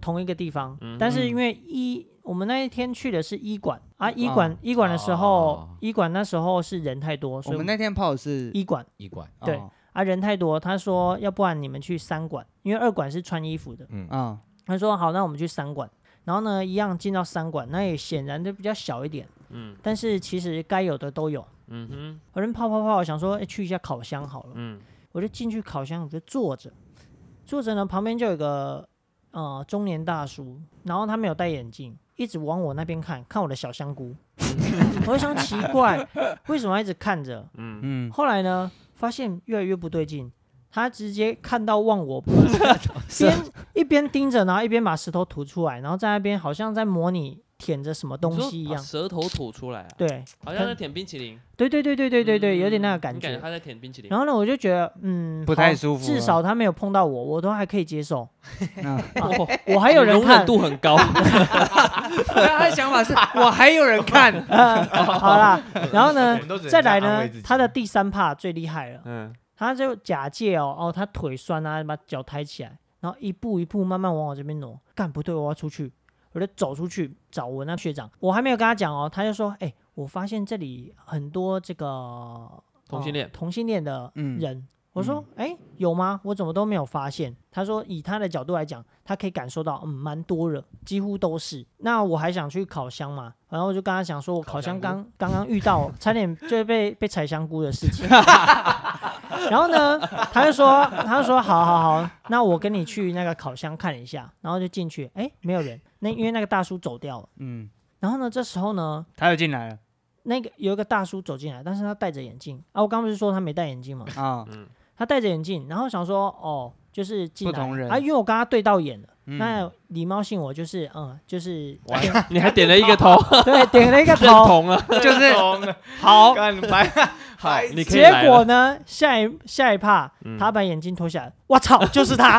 Speaker 4: 同一个地方，但是因为一我们那一天去的是医馆啊，医馆、医馆的时候，
Speaker 3: 哦
Speaker 4: 医馆那时候是人太多，
Speaker 2: 我
Speaker 4: 所以
Speaker 2: 们那天泡的是
Speaker 4: 医馆
Speaker 3: 一馆，
Speaker 4: 对
Speaker 2: 哦
Speaker 4: 啊人太多，他说要不然你们去三馆，因为二馆是穿衣服的，
Speaker 3: 嗯，
Speaker 2: 嗯，
Speaker 4: 他说好，那我们去三馆。然后呢，一样进到三馆，那也显然就比较小一点，
Speaker 1: 嗯
Speaker 4: 但是其实该有的都有。
Speaker 1: 嗯哼，
Speaker 4: 我人泡泡泡，想说、诶哎去一下烤箱好了，
Speaker 1: 嗯
Speaker 4: 我就进去烤箱，我就坐着，坐着呢，旁边就有一个呃中年大叔，然后他没有戴眼镜，一直往我那边看，看我的小香
Speaker 1: *laughs*
Speaker 4: 菇，我就想奇怪，为什么要一直看着？
Speaker 1: 嗯，
Speaker 2: 嗯，
Speaker 4: 后来呢，发现越来越不对劲，他直接看到忘我，边一边盯着，然后一边把石头吐出来，然后在那边好像在模拟舔着什么东西一
Speaker 1: 把
Speaker 4: 样。
Speaker 1: 舌头吐出来啊，
Speaker 4: 对，
Speaker 1: 好像在舔冰淇淋，
Speaker 4: 对对对对对对对，有点那个
Speaker 1: 嗯
Speaker 4: 感
Speaker 1: 你感
Speaker 4: 觉
Speaker 1: 觉。他在舔冰淇淋
Speaker 4: 然，后呢，我就觉得，嗯，
Speaker 2: 不太
Speaker 4: 好
Speaker 2: 舒服
Speaker 4: 至
Speaker 2: 了
Speaker 4: 少他没有碰到我，我都还可以接受。
Speaker 2: 嗯
Speaker 1: *laughs* 哦
Speaker 4: 我 *laughs* 还有
Speaker 1: 你
Speaker 4: 人
Speaker 1: 容忍
Speaker 4: 看，
Speaker 1: 度很
Speaker 4: *laughs*
Speaker 1: 高，
Speaker 2: *laughs* 他的想法是我还有人看，
Speaker 4: 呃好
Speaker 3: *laughs*
Speaker 4: 啦。然后呢
Speaker 3: 我们都只，能
Speaker 4: 再来
Speaker 3: 这样安
Speaker 4: 呢
Speaker 3: 慰自己，
Speaker 4: 他的第三怕最厉害了，
Speaker 1: 嗯，
Speaker 4: 他就假借哦哦，他腿酸啊，把脚抬起来，然后一步一步慢慢往我这边挪。干不对，我要出去，我就走出去找我那学长。我还没有跟他讲哦，他就说，哎、我发现这里很多这个呃
Speaker 1: 同性恋
Speaker 4: 同性恋的
Speaker 2: *laughs* 嗯
Speaker 4: 人。我说，
Speaker 3: 嗯
Speaker 4: 哎、有吗？我怎么都没有发现？他说，以他的角度来讲，他可以感受到，嗯，蛮多人，几乎都是。那我还想去烤箱嘛，然后我就跟他讲说，我
Speaker 3: 烤
Speaker 4: 烤箱
Speaker 3: 香菇
Speaker 4: 刚刚刚遇到，差点就被被踩香菇的事
Speaker 3: *laughs*
Speaker 4: 情。然后呢，他就说，他就说，好好好，那我跟你去那个烤箱看一下，然后就进去，哎，没有人，那因为那个大叔走掉了。
Speaker 2: 嗯，
Speaker 4: 然后呢，这时候呢，
Speaker 2: 他又进来了
Speaker 4: 那个有一个大叔走进来，但是他戴着眼镜啊，我刚不是说他没戴眼镜吗？
Speaker 2: 啊，
Speaker 4: 他戴着眼镜，然后想说，哦，就是进
Speaker 2: 不同
Speaker 4: 来
Speaker 2: 人
Speaker 4: 啊，因为我跟他对到眼了，
Speaker 2: 嗯
Speaker 4: 那礼貌性我就是，嗯，就是
Speaker 1: 我
Speaker 4: 呃
Speaker 1: 还 *laughs* 你还点了一个
Speaker 4: *laughs*
Speaker 1: 头，
Speaker 4: 对点了一个
Speaker 1: 认
Speaker 4: 头，
Speaker 1: 同了， *laughs*
Speaker 2: 就是 *laughs*
Speaker 3: 好，干白，好，
Speaker 1: 哦你可以
Speaker 4: 结
Speaker 1: 来
Speaker 4: 果
Speaker 1: 了，
Speaker 4: 呢，下一下一趴，
Speaker 1: 嗯
Speaker 4: 他把眼镜脱下来，
Speaker 2: *laughs*
Speaker 4: 我操，就是他！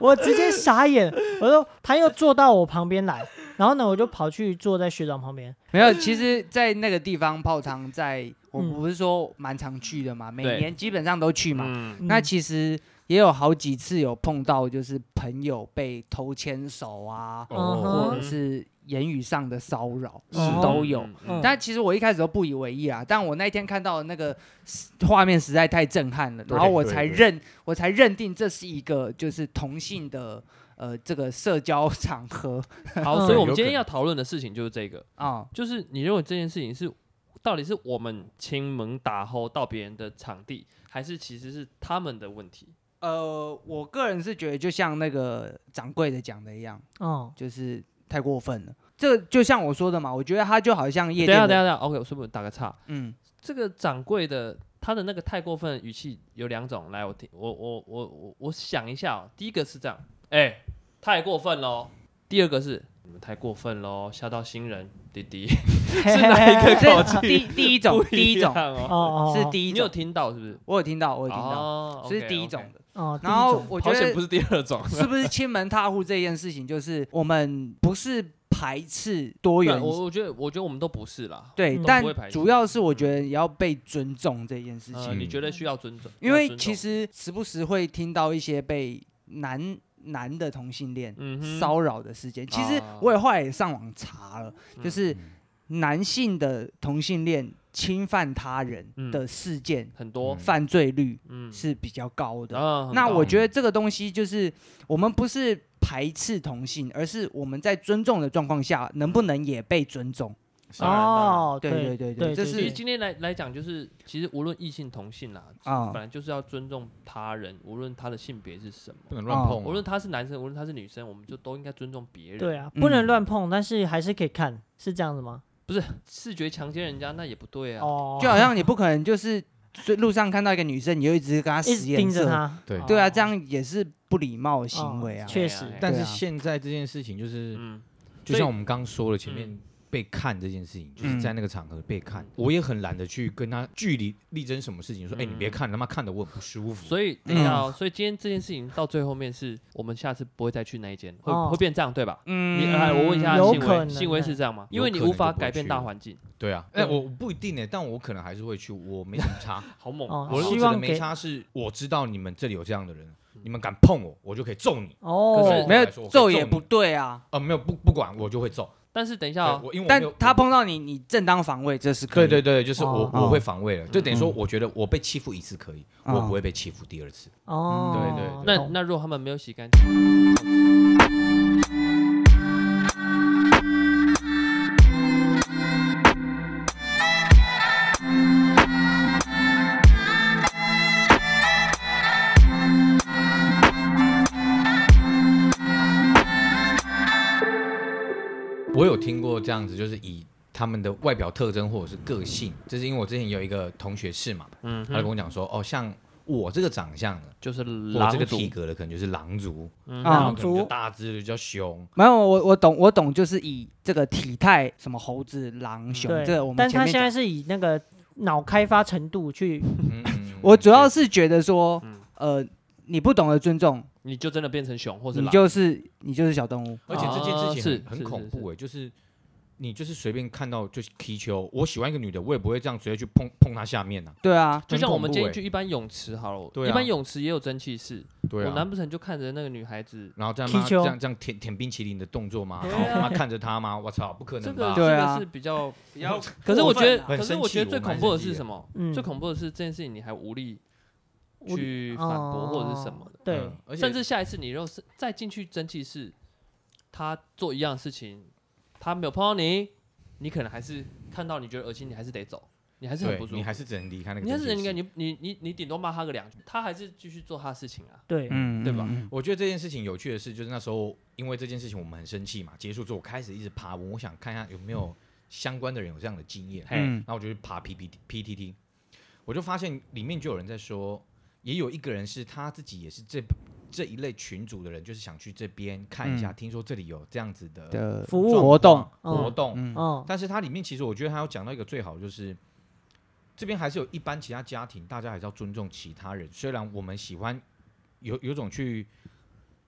Speaker 4: 我直接傻眼，我说他又坐到我旁边来，然后呢，我就跑去坐在学长旁边。
Speaker 2: 没有，其实，在那个地方泡汤，在我
Speaker 4: 嗯
Speaker 2: 不是说蛮常去的嘛，每
Speaker 1: 对
Speaker 2: 年基本上都去嘛。
Speaker 1: 嗯，
Speaker 2: 那
Speaker 4: 嗯
Speaker 2: 其实也有好几次有碰到，就是朋友被偷牵手啊，
Speaker 4: 嗯
Speaker 2: 或
Speaker 1: 哼
Speaker 2: 者是言语上的骚扰，
Speaker 4: 是哦
Speaker 2: 都有。
Speaker 1: 嗯
Speaker 4: 嗯
Speaker 2: 但其实我一开始都不以为意啊，但我那天看到的那个画面实在太震撼了，然后我
Speaker 3: 对
Speaker 2: 才
Speaker 3: 对
Speaker 2: 认，我才认定这是一个就是同性的呃这个社交场合
Speaker 1: 好，
Speaker 4: 嗯
Speaker 1: 所以我
Speaker 3: 有
Speaker 1: 们今天
Speaker 3: 可能
Speaker 1: 要讨论的事情就是这个，
Speaker 2: 啊，
Speaker 1: 就是你认为这件事情是到底是我们亲门打吼到别人的场地，还是其实是他们的问题？
Speaker 2: 呃，我个人是觉得就像那个掌柜的讲的一样，
Speaker 4: 哦，
Speaker 2: 就是太过分了。这就像我说的嘛，我觉得他就好像夜
Speaker 1: 等
Speaker 2: 店
Speaker 1: 一下
Speaker 2: 的，
Speaker 1: 等一下等一下，OK，我是不是打个岔？
Speaker 2: 嗯，
Speaker 1: 这个掌柜的他的那个太过分的语气有两种，来我听我我我我我想一下、哦，第一个是这样，哎、太过分喽；第二个是你们太过分喽，吓到新人弟弟，
Speaker 4: 是
Speaker 1: 哪一
Speaker 4: 啊
Speaker 1: 个
Speaker 2: *laughs*
Speaker 1: 口
Speaker 2: 这第第一种，第一种
Speaker 1: 哦，
Speaker 4: *laughs* 哦哦
Speaker 2: 是第一
Speaker 1: 你有
Speaker 2: 种，
Speaker 1: 听到是不是？
Speaker 2: 我有听到，我有听到，
Speaker 1: 哦，
Speaker 2: 这是第一种的。
Speaker 4: 哦，第一
Speaker 2: 然后
Speaker 4: 种
Speaker 2: 我觉
Speaker 1: 好险
Speaker 2: 得
Speaker 1: 不是第二种，
Speaker 2: 是不是亲门踏户这件事情，就是我们不是排斥多元
Speaker 1: 对，我我觉得我觉得我们都不是啦，
Speaker 2: 对
Speaker 4: 嗯，
Speaker 2: 但
Speaker 1: 不会排斥
Speaker 2: 主要是我觉得也要被尊重这件事情。
Speaker 1: 呃，你觉得需要尊重？
Speaker 2: 因
Speaker 1: 要
Speaker 2: 为
Speaker 1: 尊重
Speaker 2: 其，实时不时会听到一些被男男的同性恋
Speaker 1: 嗯哼，
Speaker 2: 骚扰的事件。其实
Speaker 1: 啊
Speaker 2: 我也后来也上网查了，
Speaker 1: 嗯
Speaker 2: 就是男性的同性恋侵犯他人
Speaker 1: 嗯
Speaker 2: 的事件、
Speaker 1: 很多，
Speaker 2: 犯罪率
Speaker 1: 嗯，
Speaker 2: 是比较高的。
Speaker 1: 啊，很
Speaker 2: 那
Speaker 1: 高
Speaker 2: 我觉得这个东西就是我们不是排斥同性，而是我们在尊重的状况下，能不能也被尊重？
Speaker 1: 当然当
Speaker 4: 哦，
Speaker 2: 对
Speaker 4: 对
Speaker 2: 对对
Speaker 4: 对，
Speaker 2: 对这
Speaker 1: 其实
Speaker 2: 是
Speaker 1: 今天来来讲，就是其实无论异性同性啦，
Speaker 2: 啊
Speaker 1: 本来就是要尊重他人，无论他的性别是什
Speaker 3: 不
Speaker 1: 么，
Speaker 3: 能乱
Speaker 2: 哦
Speaker 3: 碰
Speaker 1: 无
Speaker 3: 啊，
Speaker 1: 论他是男生，无论他是女生，我们就都应该尊重别人。
Speaker 4: 对，啊，
Speaker 2: 嗯
Speaker 4: 不能乱碰，但是还是可以看，是这样子吗？
Speaker 1: 视觉强奸人家那也不对啊。
Speaker 4: 哦，
Speaker 2: 就好像你不可能就是随路上看到一个女生，你就一直跟她
Speaker 4: *laughs* 一
Speaker 2: 使
Speaker 4: 直盯
Speaker 2: 眼
Speaker 4: 着
Speaker 2: 色，
Speaker 4: 他，
Speaker 3: 对
Speaker 2: 对啊，
Speaker 4: 哦
Speaker 2: 这样也是不礼貌的行为啊
Speaker 4: 哦。确实
Speaker 1: 对啊
Speaker 3: 但是
Speaker 2: 对啊
Speaker 3: 现在这件事情就是，
Speaker 1: 嗯，
Speaker 3: 就
Speaker 1: 所以
Speaker 3: 像我们刚说了，前面
Speaker 1: 嗯
Speaker 3: 被看这件事情，就
Speaker 2: 嗯
Speaker 3: 是在那个场合被看，我也很懒得去跟他据理力争什么事情，说哎、你别看，他妈看得我很不舒服。
Speaker 1: 所以
Speaker 2: 嗯
Speaker 1: 等一下哦，所以今天这件事情到最后面是我们下次不会再去那一间，会
Speaker 4: 哦
Speaker 1: 会变这样对吧？你
Speaker 2: 嗯
Speaker 1: 哎，我问一下
Speaker 4: 有
Speaker 1: 信
Speaker 4: 可能
Speaker 1: 威，信威是这样吗？
Speaker 2: 啊
Speaker 1: 因
Speaker 3: 有
Speaker 1: 为你
Speaker 3: 可能
Speaker 1: 无法
Speaker 3: 就不会
Speaker 1: 改变
Speaker 3: 去
Speaker 1: 大
Speaker 3: 了
Speaker 1: 环境，
Speaker 3: 对啊，哎、
Speaker 4: 对
Speaker 3: 我不一定呢、但我可能还是会去，我没什么差。
Speaker 1: 好猛啊
Speaker 4: 哦
Speaker 3: 我
Speaker 4: 希
Speaker 3: 我
Speaker 1: 我
Speaker 3: 指
Speaker 4: 望
Speaker 3: 的
Speaker 4: 给
Speaker 3: 没差是，我知道你们这里有这样的人，你们敢碰我，我就可以揍你。哦
Speaker 4: 哦，
Speaker 1: 可是
Speaker 2: 没有
Speaker 3: 对我来说我可以
Speaker 2: 揍也
Speaker 3: 揍你
Speaker 2: 不对啊。
Speaker 3: 呃，没有不不管，我就会揍。
Speaker 1: 但是等一下
Speaker 3: 对
Speaker 1: 哦，
Speaker 3: 我因为我
Speaker 2: 但
Speaker 3: 没有
Speaker 2: 他碰到你，你正当防卫，这是可
Speaker 3: 对
Speaker 2: 以
Speaker 3: 对对，就是我
Speaker 4: 哦
Speaker 3: 我会防卫了，就等于说
Speaker 2: 嗯
Speaker 3: 我觉得我被欺负一次可以，
Speaker 2: 嗯
Speaker 3: 我不会被欺负第二次。
Speaker 1: 嗯
Speaker 4: 哦，
Speaker 3: 对对对
Speaker 1: 那
Speaker 4: 懂
Speaker 1: 那如果他们没有洗干净，
Speaker 3: 我有听过这样子，就是以他们的外表特征或者是个性，这是因为我之前有一个同学是嘛，
Speaker 1: 嗯
Speaker 3: 他就跟
Speaker 1: 哼，
Speaker 3: 我讲说，哦，像我这个长相的，
Speaker 1: 就是
Speaker 3: 我
Speaker 1: 狼
Speaker 3: 这个
Speaker 1: 族
Speaker 3: 体，格的，可能就是狼族，
Speaker 2: 啊
Speaker 1: 嗯哼，
Speaker 3: 然后
Speaker 4: 狼
Speaker 3: 可能就
Speaker 4: 族
Speaker 3: 大只的就叫 *laughs* 熊，
Speaker 2: 没有，我我懂，我懂，就是以这个体态，什么猴子、狼、熊，
Speaker 4: 嗯对，
Speaker 2: 这个我们
Speaker 4: 但
Speaker 2: 前
Speaker 4: 他
Speaker 2: 面
Speaker 4: 现在
Speaker 2: 讲。
Speaker 4: 是以那个脑开发程度去，
Speaker 3: 嗯嗯
Speaker 2: 我主要
Speaker 3: 对
Speaker 2: 是觉得说
Speaker 1: 嗯，
Speaker 2: 呃，你不懂得尊重，
Speaker 1: 你就真的变成熊或是
Speaker 2: 你
Speaker 1: 狼，
Speaker 2: 就是你就是小动物。
Speaker 3: 而且这件
Speaker 1: 啊
Speaker 3: 事情
Speaker 1: 是
Speaker 3: 很很
Speaker 1: 是
Speaker 3: 恐
Speaker 1: 是
Speaker 3: 怖哎，就是你就是随便看到就是踢球，我喜欢一个女的，我也不会这样直接去碰碰她下面呐，
Speaker 2: 对啊，
Speaker 1: 就像我们
Speaker 3: 很恐怖
Speaker 1: 今天
Speaker 3: 欸
Speaker 1: 去一般泳池好了，
Speaker 3: 对啊
Speaker 1: 一般泳池也有蒸汽室，
Speaker 3: 对
Speaker 1: 我
Speaker 3: 啊
Speaker 1: 难。不成就看着那个女孩子？
Speaker 3: 然后这样
Speaker 4: 踢
Speaker 3: 吗这
Speaker 4: 球
Speaker 3: 样这样舔舔冰淇淋的动作吗？
Speaker 4: 对
Speaker 3: 然
Speaker 4: 啊
Speaker 3: 后他妈看着她吗？我操，不可
Speaker 1: 这
Speaker 3: 能
Speaker 1: 个
Speaker 3: 吧！
Speaker 1: 这
Speaker 2: 对啊
Speaker 1: 个是比较 *laughs* 比
Speaker 3: 较
Speaker 1: 较，啊可是我觉得，
Speaker 3: 很
Speaker 1: 可是我
Speaker 3: 生气
Speaker 1: 觉得最
Speaker 3: 我蛮
Speaker 1: 恐怖的
Speaker 3: 生气
Speaker 1: 是
Speaker 3: 的
Speaker 1: 什么？
Speaker 4: 嗯，
Speaker 1: 最恐怖的是这件事情你还无力
Speaker 4: 无力
Speaker 1: 去反驳或者是什么的，
Speaker 4: 哦对
Speaker 3: 嗯，而且
Speaker 1: 甚至下一次你若是再进去蒸汽室，他做一样的事情，他没有碰到你，你可能还是看到你觉得恶心，你还是得走，你还是很
Speaker 3: 对
Speaker 1: 不舒
Speaker 3: 你
Speaker 1: 服。
Speaker 3: 还是只能离开那个
Speaker 1: 你还
Speaker 3: 蒸汽
Speaker 1: 是
Speaker 3: 室。
Speaker 1: 人家你你你你顶多骂他个两句，他还是继续做他的事情啊。
Speaker 4: 对，
Speaker 2: 嗯，
Speaker 1: 对吧
Speaker 2: 嗯？嗯
Speaker 3: 我觉得这件事情有趣的是，就是那时候因为这件事情我们很生气嘛，结束之后我开始一直爬文，我想看一下有没有相关的人有这样的经验，
Speaker 1: 嘿
Speaker 2: 嗯
Speaker 3: 然后我就去爬 P P T P T T，我就发现里面就有人在说，也有一个人是他自己也是这这一类群组的人，就是想去这边看一下，
Speaker 2: 嗯
Speaker 3: 听说这里有这样子的
Speaker 2: 的
Speaker 4: 服务
Speaker 2: 活动，
Speaker 4: 嗯
Speaker 3: 活动，
Speaker 2: 嗯，
Speaker 4: 嗯，
Speaker 3: 但是它里面其实我觉得还有讲到一个最好的就是，这边还是有一般其他家庭，大家还是要尊重其他人。虽然我们喜欢有有种去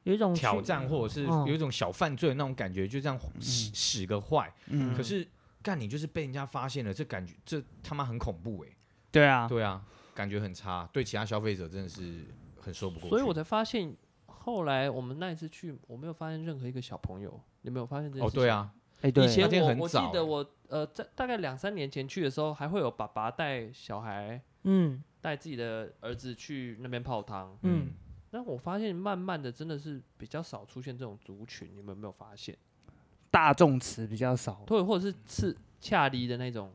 Speaker 4: 有一种
Speaker 2: 哦
Speaker 4: 去
Speaker 3: 挑战，或者是
Speaker 4: 嗯
Speaker 3: 有一种小犯罪的那种感觉，就这样使使个坏。
Speaker 2: 嗯
Speaker 3: 可是干你就是被人家发现了，这感觉这他妈很恐怖哎、
Speaker 2: 对啊，
Speaker 3: 对啊，感觉很差，对其他消费者真的是很说不过去。
Speaker 1: 所以我才发现，后来我们那一次去，我没有发现任何一个小朋友，你没有发现这件
Speaker 3: 哦
Speaker 1: 事情？
Speaker 3: 对，啊，
Speaker 2: 哎，对
Speaker 1: 以，前
Speaker 3: 那天
Speaker 1: 我
Speaker 3: 很
Speaker 1: 我记
Speaker 3: 早欸
Speaker 1: 得我呃，在大概两三年前去的时候，还会有爸爸带小孩
Speaker 4: 嗯，
Speaker 1: 带自己的儿子去那边泡汤。
Speaker 4: 嗯
Speaker 3: 嗯，
Speaker 1: 但我发现慢慢的真的是比较少出现这种族群，你们有没有发现？
Speaker 2: 大众词比较少，
Speaker 1: 对，或者
Speaker 3: 嗯
Speaker 1: 是是恰离的那种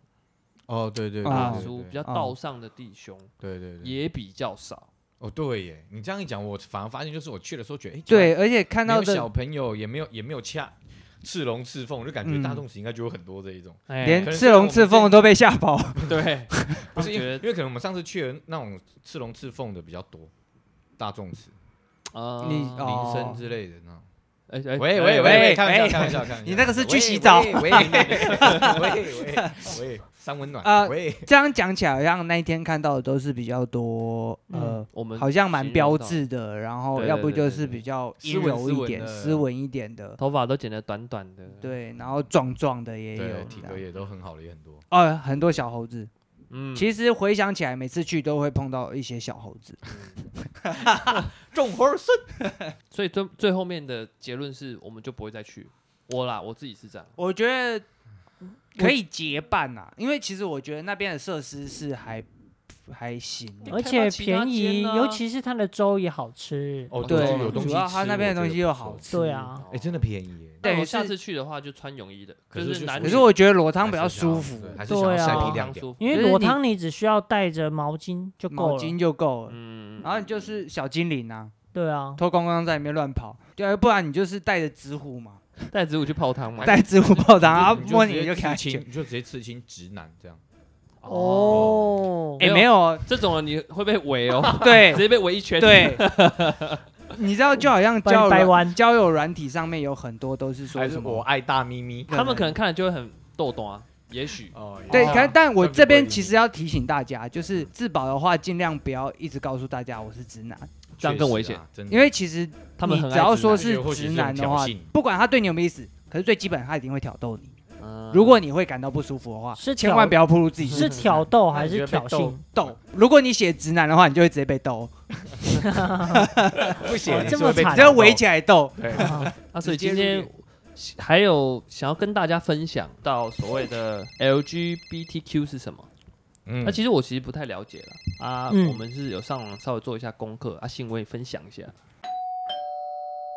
Speaker 3: 哦对对对
Speaker 2: 啊
Speaker 1: 大
Speaker 3: 对
Speaker 1: 叔，
Speaker 3: 对嗯
Speaker 1: 比较
Speaker 2: 啊
Speaker 1: 道上的弟兄
Speaker 3: 对对对，
Speaker 1: 也比较少。
Speaker 3: 哦对耶，你这样一讲，我反而发现就是我去的时候觉得哎，
Speaker 2: 对，而且看
Speaker 3: 没
Speaker 2: 到
Speaker 3: 有
Speaker 2: 的
Speaker 3: 小朋友，也没有也没有恰赤龙赤凤，就感觉
Speaker 2: 嗯
Speaker 3: 大众池应该就有很多这一种，
Speaker 1: 哎
Speaker 2: 连
Speaker 3: 可能是
Speaker 2: 赤
Speaker 3: 我
Speaker 2: 龙
Speaker 3: 们
Speaker 2: 赤
Speaker 3: 这
Speaker 2: 凤都被吓跑，
Speaker 1: 对，
Speaker 3: 不是因
Speaker 1: 觉
Speaker 3: 为
Speaker 1: 得
Speaker 3: 因为可能我们上次去的那种赤龙赤凤的比较多，大众池、
Speaker 1: 啊，
Speaker 2: 你哦
Speaker 3: 铃声之类的那种。
Speaker 1: 哎哎，
Speaker 3: 喂
Speaker 1: 哎
Speaker 3: 喂
Speaker 2: 喂
Speaker 3: 喂，开玩笑
Speaker 2: 喂
Speaker 3: 开玩笑开玩笑，
Speaker 2: 你那个是去洗澡
Speaker 3: 喂
Speaker 2: *laughs*
Speaker 3: 喂喂喂喂，三温暖
Speaker 2: 啊
Speaker 3: 喂，
Speaker 2: *laughs* 这样讲起来，好像那一天看到的都是比较多，呃，
Speaker 1: 我们
Speaker 2: 好像蛮
Speaker 1: 形
Speaker 2: 标
Speaker 1: 容到
Speaker 2: 志的，然后
Speaker 1: 对
Speaker 2: 要
Speaker 1: 对
Speaker 2: 不
Speaker 1: 对
Speaker 2: 就
Speaker 1: 对
Speaker 2: 是
Speaker 1: 对
Speaker 2: 比较
Speaker 3: 斯
Speaker 2: 阴
Speaker 3: 文
Speaker 2: 柔
Speaker 3: 斯
Speaker 2: 一
Speaker 3: 文
Speaker 2: 点、
Speaker 3: 的
Speaker 2: 斯文一点的，
Speaker 1: 头发都剪得短短的。，
Speaker 2: 对，然后壮壮的也有
Speaker 3: 对，，体格也都很好的也很多，
Speaker 2: 哦，很多小猴子。
Speaker 1: 嗯，
Speaker 2: 其实回想起来，每次去都会碰到一些小猴子。 *laughs*
Speaker 3: 种猴孙
Speaker 1: *laughs* 所以最最后面的结论是，我们就不会再去。我啦，我自己是这样。
Speaker 2: 我觉得可以结伴呐、因为其实我觉得那边的设施是还还行的
Speaker 1: 你。
Speaker 4: 而
Speaker 1: 嗯看到
Speaker 4: 且
Speaker 1: 其他
Speaker 4: 便宜，
Speaker 1: 间啊
Speaker 4: 尤其是它的粥也好吃，
Speaker 3: 哦
Speaker 2: 对
Speaker 3: 对，有东西
Speaker 2: 主要它
Speaker 3: 吃
Speaker 2: 那边的
Speaker 3: 我
Speaker 2: 东
Speaker 3: 觉得
Speaker 2: 西又
Speaker 3: 不错
Speaker 2: 好吃。
Speaker 4: 对啊，
Speaker 3: 哎，真的便宜耶，
Speaker 1: 嗯哦但
Speaker 2: 等于
Speaker 1: 我下
Speaker 2: 是
Speaker 1: 次去的话就穿泳衣的，
Speaker 3: 可
Speaker 1: 就是
Speaker 3: 就是
Speaker 1: 男
Speaker 3: 水
Speaker 2: 啊
Speaker 1: 女。
Speaker 2: 可是我觉得裸
Speaker 3: 还
Speaker 2: 汤
Speaker 3: 是
Speaker 2: 比较
Speaker 3: 想要
Speaker 2: 舒服，
Speaker 3: 对还是想
Speaker 4: 对
Speaker 3: 要
Speaker 4: 啊
Speaker 3: 晒
Speaker 1: 裸
Speaker 3: 皮
Speaker 1: 汤
Speaker 3: 亮点。
Speaker 1: 舒服
Speaker 4: 因为
Speaker 2: 就是
Speaker 4: 裸
Speaker 2: 你
Speaker 4: 汤你只需要带着毛巾就
Speaker 2: 毛
Speaker 4: 够了，
Speaker 2: 巾就够了。
Speaker 1: 嗯，
Speaker 2: 然后你就是小精灵啊，
Speaker 4: 对啊，
Speaker 2: 脱光光在里面乱跑，对啊，不然你就是带着纸虎嘛，
Speaker 1: 带子午去泡汤嘛。
Speaker 2: 带纸虎泡汤，然后
Speaker 3: 你
Speaker 2: 摸
Speaker 3: 直
Speaker 2: 你
Speaker 3: 接
Speaker 2: 就给他
Speaker 3: 刺青
Speaker 2: 卷。
Speaker 3: 你就直接刺青直男这样。
Speaker 4: 哦，
Speaker 2: 哎，
Speaker 1: 没有
Speaker 2: 没有哦，
Speaker 1: 这种人你会被围 *laughs* 哦，
Speaker 2: *laughs* 对
Speaker 1: 直接被围一圈。，
Speaker 2: 对，你知道就好像
Speaker 4: 把你
Speaker 2: 交友
Speaker 4: 掰
Speaker 2: 软
Speaker 4: 弯
Speaker 2: 交友软体上面有很多都是说
Speaker 3: 还是
Speaker 2: 什
Speaker 3: 我
Speaker 2: 么，
Speaker 3: 爱大咪咪。
Speaker 1: 他们可能看了就会很逗懂啊，也许。
Speaker 3: 哦，
Speaker 2: 对，
Speaker 3: 哦
Speaker 2: 可但我
Speaker 3: 这样就
Speaker 2: 这
Speaker 3: 不
Speaker 2: 边
Speaker 3: 会
Speaker 2: 其
Speaker 3: 理
Speaker 2: 实要提醒大家，
Speaker 3: 嗯
Speaker 2: 就是自保的话，尽量不要一直告诉大家我是直男，
Speaker 1: 这样更危
Speaker 3: 确实啊，真的
Speaker 2: 因为其实
Speaker 1: 他们
Speaker 2: 你
Speaker 1: 很
Speaker 2: 只
Speaker 1: 爱
Speaker 2: 要
Speaker 1: 直
Speaker 2: 说
Speaker 1: 男
Speaker 2: 是
Speaker 3: 而且或许
Speaker 2: 直
Speaker 3: 是
Speaker 2: 男
Speaker 3: 这
Speaker 2: 的
Speaker 3: 种挑
Speaker 2: 话
Speaker 3: 衅，
Speaker 2: 不管他对你有没有意思，可是最基本他一定会挑逗你。
Speaker 1: 嗯
Speaker 2: 如果你会感到不舒服的话，
Speaker 4: 是
Speaker 2: 千
Speaker 4: 挑
Speaker 2: 万不要暴露自己直男
Speaker 4: 是挑逗还
Speaker 3: 你觉
Speaker 4: 是
Speaker 3: 得被
Speaker 4: 挑
Speaker 3: 逗
Speaker 4: 衅？
Speaker 2: 斗。如果你写直男的话，你就会直接被斗，
Speaker 3: 不写
Speaker 4: 哦
Speaker 3: 你
Speaker 4: 这
Speaker 3: 是
Speaker 4: 么
Speaker 3: 会被
Speaker 4: 惨
Speaker 2: 你
Speaker 4: 直
Speaker 2: 就
Speaker 3: 打
Speaker 2: 围
Speaker 3: 到
Speaker 2: 起来斗。
Speaker 1: *laughs*
Speaker 3: 对，
Speaker 4: 啊
Speaker 1: 啊，所以
Speaker 2: 直接
Speaker 1: 今
Speaker 2: 入
Speaker 1: 天还有想要跟大家分享到所谓的 LGBTQ 是什么？
Speaker 3: 嗯
Speaker 1: 那、，其实我其实不太了解了啊，
Speaker 4: 嗯
Speaker 1: 我们是有上网稍微做一下功课啊，信我也分享一下。
Speaker 4: *laughs*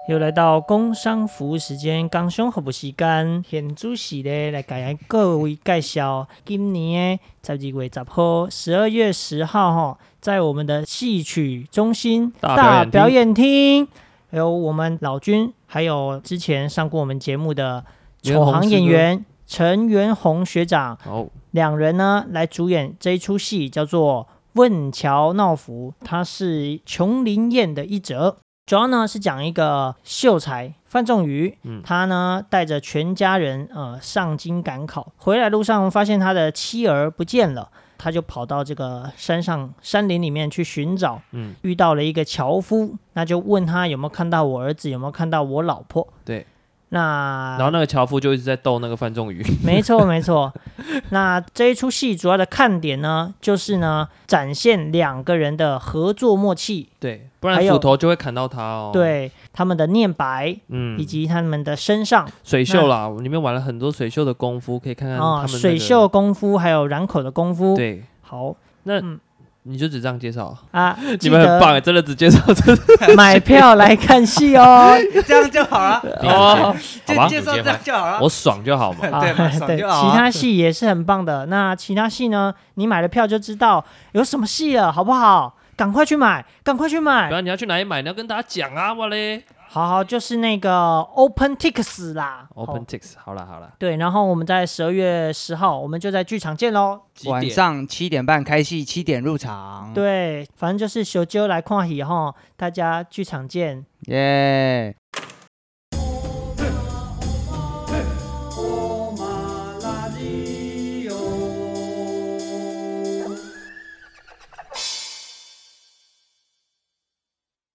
Speaker 4: 又来到工商服务时间，工商服务时间，现主席咧来给咱各位介绍今年的十二月十号、十二月十号吼，在我们的戏曲中心
Speaker 1: 大
Speaker 4: 大
Speaker 1: 表
Speaker 4: 表演厅，还有我们老君，还有之前上过我们节目的
Speaker 1: 袁
Speaker 4: 丑
Speaker 1: 弘
Speaker 4: 行
Speaker 1: 师
Speaker 4: 演
Speaker 1: 哥
Speaker 4: 员陈元宏学长，
Speaker 1: 哦，
Speaker 4: 两人呢来主演这一出戏，叫做《问桥闹府》，它是琼林宴的一折，主要呢是讲一个秀才范仲瑜，
Speaker 1: 嗯
Speaker 4: 他呢带着全家人呃上京赶考，回来路上发现他的妻儿不见了。他就跑到这个山上山林里面去寻找，
Speaker 1: 嗯，
Speaker 4: 遇到了一个樵夫，那就问他有没有看到我儿子，有没有看到我老婆。
Speaker 1: 对，
Speaker 4: 那
Speaker 1: 然后那个樵夫就一直在逗那个范仲瑜，
Speaker 4: 没错，没错。那这一出戏主要的看点呢，就是呢展现两个人的合作默契，
Speaker 1: *laughs* 对， *laughs* 不
Speaker 4: 还
Speaker 1: 然
Speaker 4: 有
Speaker 1: 斧头就会砍到他哦。，
Speaker 4: 对他们的念白
Speaker 1: 嗯
Speaker 4: 以，及他们的身上
Speaker 1: 水袖啦，我里面玩了很多水袖的功夫，可以看看嗯他
Speaker 4: 啊、
Speaker 1: 们、那个
Speaker 4: 水袖。功夫，还有染口的功夫。
Speaker 1: 对，
Speaker 4: 好
Speaker 1: 你就只这样介绍，*laughs*
Speaker 4: 啊，
Speaker 1: 你
Speaker 4: 记
Speaker 1: 们很棒
Speaker 4: 得
Speaker 1: 欸，真的只介绍这
Speaker 4: *laughs* 买票来看戏哦。
Speaker 2: 这样就好了，
Speaker 1: *laughs* 哦，
Speaker 4: *laughs*
Speaker 1: 好
Speaker 2: 就
Speaker 1: 吧
Speaker 2: 介绍这样就好了。
Speaker 1: 我爽就好嘛。
Speaker 4: 啊
Speaker 2: *laughs* 对嘛爽
Speaker 4: *laughs* 对，
Speaker 2: 就好
Speaker 4: 其
Speaker 2: 啊
Speaker 4: 他
Speaker 1: *laughs*
Speaker 4: 戏也是很棒的。那其他戏呢，你买了票就知道有什么戏了，好不好？赶快去买，赶快去买
Speaker 1: 不。然你要去哪里买？你要跟大家讲啊，我嘞。
Speaker 4: 好好，就是那个 OpenTix 啦
Speaker 1: Open
Speaker 4: 哦
Speaker 1: Tix，好啦好啦，
Speaker 4: 对，然后我们在十二月十号，我们就在剧场见喽。
Speaker 3: 几
Speaker 2: 晚
Speaker 3: 点
Speaker 2: 上七点半开戏，七点入场。
Speaker 4: 对，反正就是小揪来看戏哈，大家剧场见。
Speaker 2: 耶！